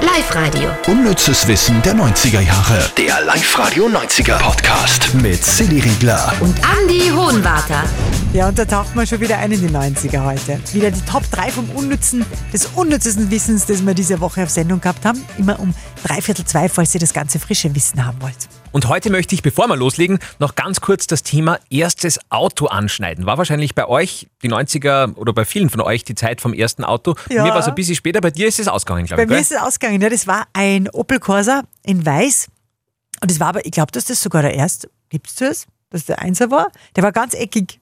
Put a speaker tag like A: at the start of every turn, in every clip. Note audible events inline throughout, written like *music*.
A: Live-Radio.
B: Unnützes Wissen der 90er Jahre.
C: Der Live-Radio 90er Podcast.
B: Mit Silly Riegler.
A: Und Andy Hohenwarter.
D: Ja, und da taucht man schon wieder ein in die 90er heute. Wieder die Top 3 vom Unnützen, des unnützesten Wissens, das wir diese Woche auf Sendung gehabt haben. Immer um dreiviertel zwei, falls ihr das ganze frische Wissen haben wollt.
E: Und heute möchte ich, bevor wir loslegen, noch ganz kurz das Thema erstes Auto anschneiden. War wahrscheinlich bei euch die 90er oder bei vielen von euch die Zeit vom ersten Auto.
D: Ja.
E: Mir war es ein bisschen später, bei dir ist es ausgegangen, glaube
D: Bei
E: ich.
D: mir
E: gell?
D: ist es ausgegangen. Ja, das war ein Opel Corsa in Weiß. Und das war aber, ich glaube, dass das sogar der erste, gibst du es, dass der Einser war? Der war ganz eckig.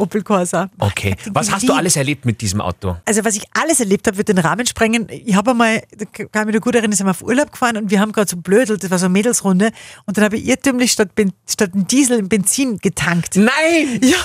D: Opel Corsa. *laughs*
E: okay.
D: Ich hab den
E: Was hast du
D: geliebt.
E: alles erlebt mit diesem Auto?
D: also was ich alles erlebt habe, wird den Rahmen sprengen. Ich habe einmal, da kann ich mich noch gut erinnern, sind wir auf Urlaub gefahren und wir haben gerade so blödelt, das war so eine Mädelsrunde und dann habe ich irrtümlich statt, Ben- statt ein Diesel ein Benzin getankt.
E: Nein!
D: Ja.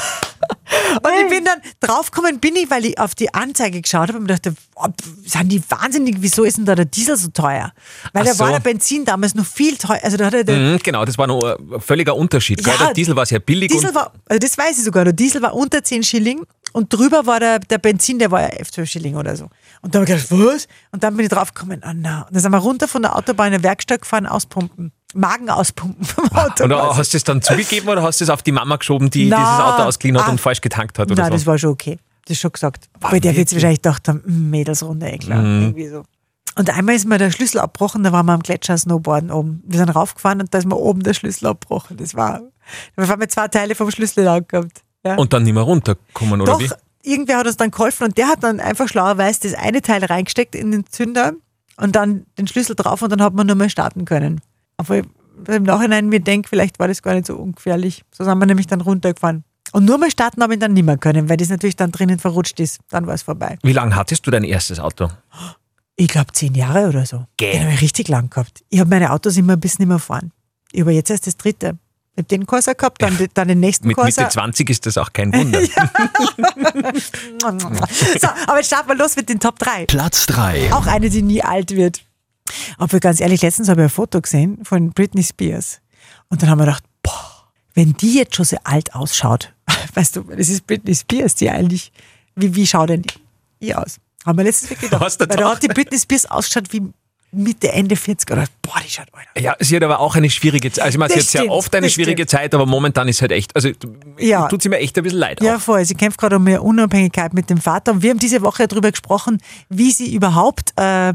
D: Und ich bin dann draufgekommen, bin ich, weil ich auf die Anzeige geschaut habe und mir dachte, oh, pf, sind die wahnsinnig, wieso ist denn da der Diesel so teuer? Weil
E: Ach
D: da war
E: so.
D: der Benzin damals noch viel teuer. Also da hat er der
E: Mhm, genau, das war noch ein völliger Unterschied. gell? der Diesel war sehr billig.
D: Diesel
E: und
D: war, also das weiß ich sogar, der Diesel war unter 10 Schilling und drüber war der, der Benzin, der war ja 12 Schilling oder so. Und dann habe ich gedacht, was? Und dann bin ich draufgekommen, ah na. Und dann sind wir runter von der Autobahn in der Werkstatt gefahren, auspumpen. Magen auspumpen
E: *laughs*
D: vom Auto.
E: und
D: quasi.
E: hast du es dann zugegeben oder hast du es auf die Mama geschoben, die
D: *laughs* Na.
E: dieses Auto ausgeliehen hat
D: Ah.
E: und falsch getankt hat oder
D: Nein, das
E: so?
D: war schon okay. Das ist schon gesagt. Bei der wird wahrscheinlich gedacht haben, "Mm, Mädelsrunde, eh klar.
E: Mhm.
D: Irgendwie so. Und einmal ist mir der Schlüssel abbrochen, da waren wir am Gletscher Snowboarden oben. Wir sind raufgefahren und da ist mir oben der Schlüssel abbrochen. Das war, da haben wir zwei Teile vom Schlüssel angehabt. Ja.
E: Und dann nicht mehr runterkommen, oder
D: Doch,
E: wie?
D: irgendwer hat uns dann geholfen und der hat dann einfach schlauerweise das eine Teil reingesteckt in den Zünder und dann den Schlüssel drauf und dann hat man nur mehr starten können. Aber im Nachhinein mir denke, vielleicht war das gar nicht so ungefährlich. So sind wir nämlich dann runtergefahren. Und nur mehr starten haben wir dann nicht mehr können, weil das natürlich dann drinnen verrutscht ist. Dann war es vorbei.
E: Wie lange hattest du dein erstes Auto?
D: Ich glaube, zehn Jahre oder so.
E: Gell.
D: Den habe ich richtig lang gehabt. Ich habe meine Autos immer ein bisschen immer fahren. Über jetzt erst das dritte. Ich habe den Corsa gehabt, dann, dann den nächsten
E: Mit
D: Corsa.
E: Mitte 20 ist das auch kein Wunder.
D: *laughs* so, aber jetzt starten wir los mit den Top 3.
B: Platz 3.
D: Auch eine, die nie alt wird. Obwohl, ganz ehrlich, letztens habe ich ein Foto gesehen von Britney Spears. Und dann haben wir gedacht, boah, wenn die jetzt schon so alt ausschaut, *laughs* weißt du, das ist Britney Spears, die eigentlich, wie, wie schaut denn die aus? Haben wir letztens wirklich gedacht.
E: Hast du
D: Weil da
E: doch.
D: hat die Britney Spears ausgeschaut wie Mitte, Ende 40 oder boah, die schaut alt aus.
E: Ja, sie hat aber auch eine schwierige Zeit. Also, ich meine, sie
D: Das
E: hat sehr
D: stimmt,
E: oft eine
D: das
E: schwierige Zeit, aber momentan ist halt echt, also
D: Ja.
E: tut sie mir echt ein bisschen leid.
D: Ja,
E: auch.
D: voll. Sie kämpft gerade um ihre Unabhängigkeit mit dem Vater. Und wir haben diese Woche darüber gesprochen, wie sie überhaupt äh,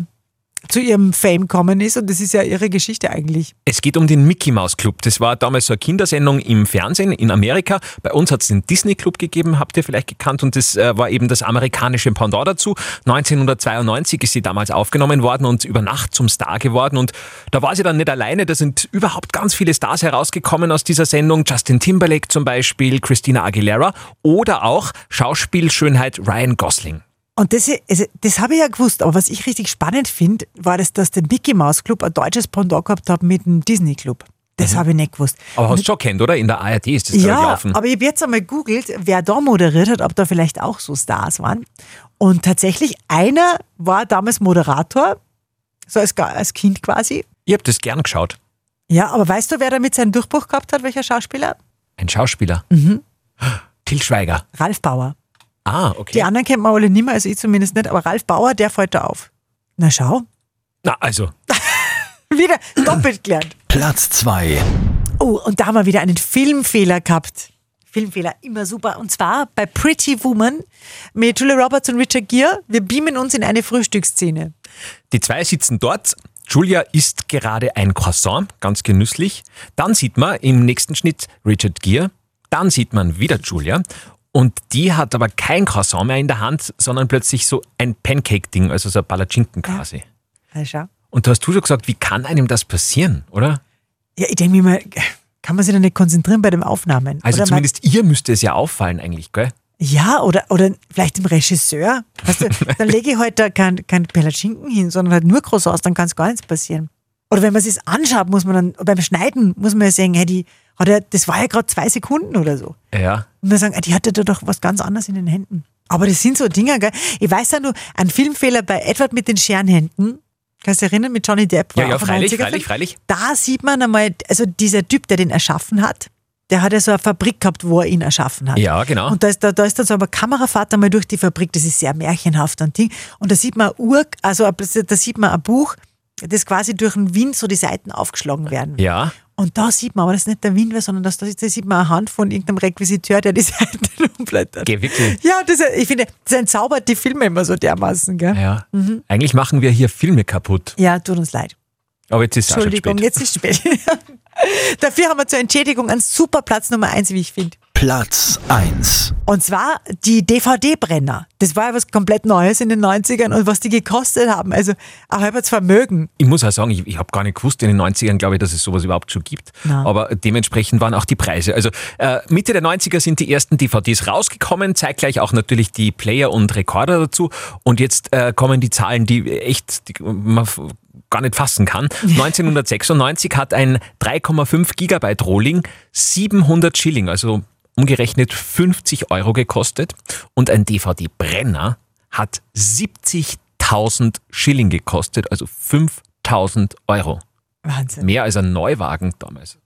D: zu ihrem Fame gekommen ist. Und das ist ja ihre Geschichte eigentlich.
E: Es geht um den Mickey Mouse Club. Das war damals so eine Kindersendung im Fernsehen in Amerika. Bei uns hat es den Disney Club gegeben, habt ihr vielleicht gekannt. Und das äh, war eben das amerikanische Pendant dazu. 1992 ist sie damals aufgenommen worden und über Nacht zum Star geworden. Und da war sie dann nicht alleine. Da sind überhaupt ganz viele Stars herausgekommen aus dieser Sendung. Justin Timberlake zum Beispiel, Christina Aguilera oder auch Schauspielschönheit Ryan Gosling.
D: Und das, also, das habe ich ja gewusst, aber was ich richtig spannend finde, war das, dass der Mickey Mouse Club ein deutsches Pendant gehabt hat mit dem Disney Club. Mhm. Das habe ich nicht gewusst.
E: Aber hast du schon kennt, oder? In der ARD ist das da
D: ja,
E: gelaufen.
D: aber ich habe jetzt einmal googelt, wer da moderiert hat, ob da vielleicht auch so Stars waren. Und tatsächlich, einer war damals Moderator, so als, als Kind quasi.
E: Ihr habt das gern geschaut.
D: Ja, aber weißt du, wer damit seinen Durchbruch gehabt hat, welcher Schauspieler?
E: Ein Schauspieler.
D: Mhm.
E: Till Schweiger.
D: Ralf Bauer.
E: Ah,
D: Die
E: okay.
D: anderen kennt man alle nicht mehr, also ich zumindest nicht, aber Ralf Bauer, der fällt da auf. Na schau, *laughs*
E: Na, also,
D: wieder doppelt gelernt.
B: Platz 2.
D: Oh, und da haben wir wieder einen Filmfehler gehabt. Filmfehler, immer super. Und zwar bei Pretty Woman mit Julia Roberts und Richard Gere. Wir beamen uns in eine Frühstücksszene.
E: die zwei sitzen dort. Julia isst gerade ein Croissant, ganz genüsslich. Dann sieht man im nächsten Schnitt Richard Gere. Dann sieht man wieder Julia. Und die hat aber kein Croissant mehr in der Hand, sondern plötzlich so ein Pancake-Ding, also so ein Palatschinken quasi.
D: Na schau.
E: Und da hast du schon gesagt, wie kann einem das passieren, oder?
D: Ja, ich denke mir mal, kann man sich da nicht konzentrieren bei den Aufnahmen?
E: Also
D: Oder man-
E: zumindest ihr müsste es ja auffallen eigentlich, gell?
D: Ja, oder, oder vielleicht dem Regisseur. Weißt
E: *laughs*
D: du, dann lege ich heute halt da kein, kein Palatschinken hin, sondern halt nur groß aus, dann kann es gar nichts passieren. Oder wenn man es anschaut, muss man dann, beim Schneiden muss man ja sagen, hey, die, hat ja, das war ja gerade zwei Sekunden oder so.
E: Ja.
D: Und wir sagen, ah, die hatte da doch was ganz anderes in den Händen. Aber das sind so Dinger, gell? Ich weiß ja nur, ein Filmfehler bei Edward mit den Scherenhänden. Kannst du dich erinnern, mit Johnny Depp? war
E: Ja, ja,
D: auch ein
E: freilich,
D: 90er-Film.
E: freilich, freilich.
D: Da sieht man einmal, also dieser Typ, der den erschaffen hat, der hat ja so eine Fabrik gehabt, wo er ihn erschaffen hat.
E: Ja, genau.
D: Und da ist, da, da ist dann so aber Kamerafahrt einmal durch die Fabrik, das ist sehr märchenhaft und Ding. Und da sieht man eine Uhr, also ein- da sieht man ein Buch, dass quasi durch den Wind so die Seiten aufgeschlagen werden.
E: Ja.
D: Und da sieht man aber, dass nicht der Wind war, sondern dass, da da sieht man eine Hand von irgendeinem Requisiteur, der die *laughs* Seiten umblättert.
E: Geh, wirklich?
D: Ja, das, ich finde, das entzaubert die Filme immer so dermaßen. Gell?
E: Ja. Eigentlich machen wir hier Filme kaputt.
D: ja, tut uns leid.
E: Aber jetzt ist es auch schon
D: Entschuldigung,
E: spät.
D: jetzt ist spät. *laughs* Dafür haben wir zur Entschädigung einen super Platz Nummer eins, wie ich finde.
B: Platz 1.
D: Und zwar die DVD-Brenner. Das war ja was komplett Neues in den 90ern und was die gekostet haben. Also ein halbes Vermögen.
E: Ich muss auch sagen, ich, ich habe gar nicht gewusst in den 90ern, glaube ich, dass es sowas überhaupt schon gibt.
D: Na.
E: Aber dementsprechend waren auch die Preise. Also äh, Mitte der 90er sind die ersten DVDs rausgekommen, zeitgleich auch natürlich die Player und Rekorder dazu. Und jetzt äh, kommen die Zahlen, die echt die man f- gar nicht fassen kann. 1996 hat ein 3,5 Gigabyte Rolling 700 Schilling, also umgerechnet 50 Euro gekostet. Und ein DVD-Brenner hat 70.000 Schilling gekostet, also 5.000 Euro.
D: Wahnsinn.
E: Mehr als ein Neuwagen damals.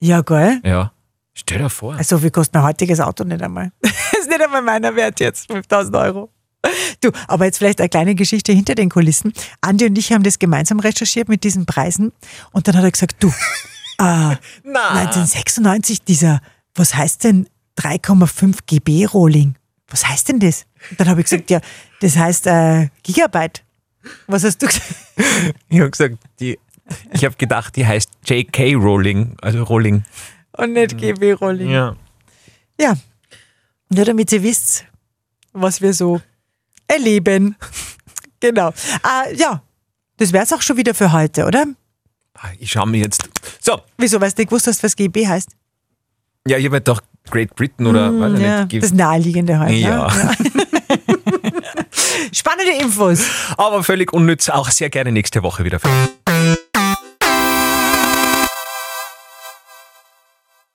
D: Ja, geil.
E: Ja. Stell dir vor.
D: Also, wie kostet ein heutiges Auto nicht einmal? *laughs* ist nicht einmal meiner wert jetzt, 5000 Euro. Du, aber jetzt vielleicht eine kleine Geschichte hinter den Kulissen. Andi und ich haben das gemeinsam recherchiert mit diesen Preisen und dann hat er gesagt,
E: *laughs*
D: du, äh, 1996 dieser, was heißt denn 3,5 GB Rolling? Was heißt denn das? Und dann habe ich gesagt, ja, das heißt äh, Gigabyte. Was hast du gesagt?
E: Ich habe gesagt, die, ich habe gedacht, die heißt J.K. Rowling, also Rowling.
D: Und nicht GB Rolling.
E: Mhm. Ja.
D: Ja. Nur damit ihr wisst, was wir so erleben. *laughs* genau. Ah, ja, das wär's auch schon wieder für heute, oder?
E: Ah, Ich schaue mir jetzt. So,
D: Wieso, weil du nicht gewusst hast, was GB heißt?
E: ja, ich habe doch Great Britain oder weiß ich
D: Mhm, Ja,
E: nicht. ge-
D: das Naheliegende heute. *laughs*
E: Ja.
D: ne? Spannende Infos.
E: Aber völlig unnütz, auch sehr gerne nächste Woche wieder.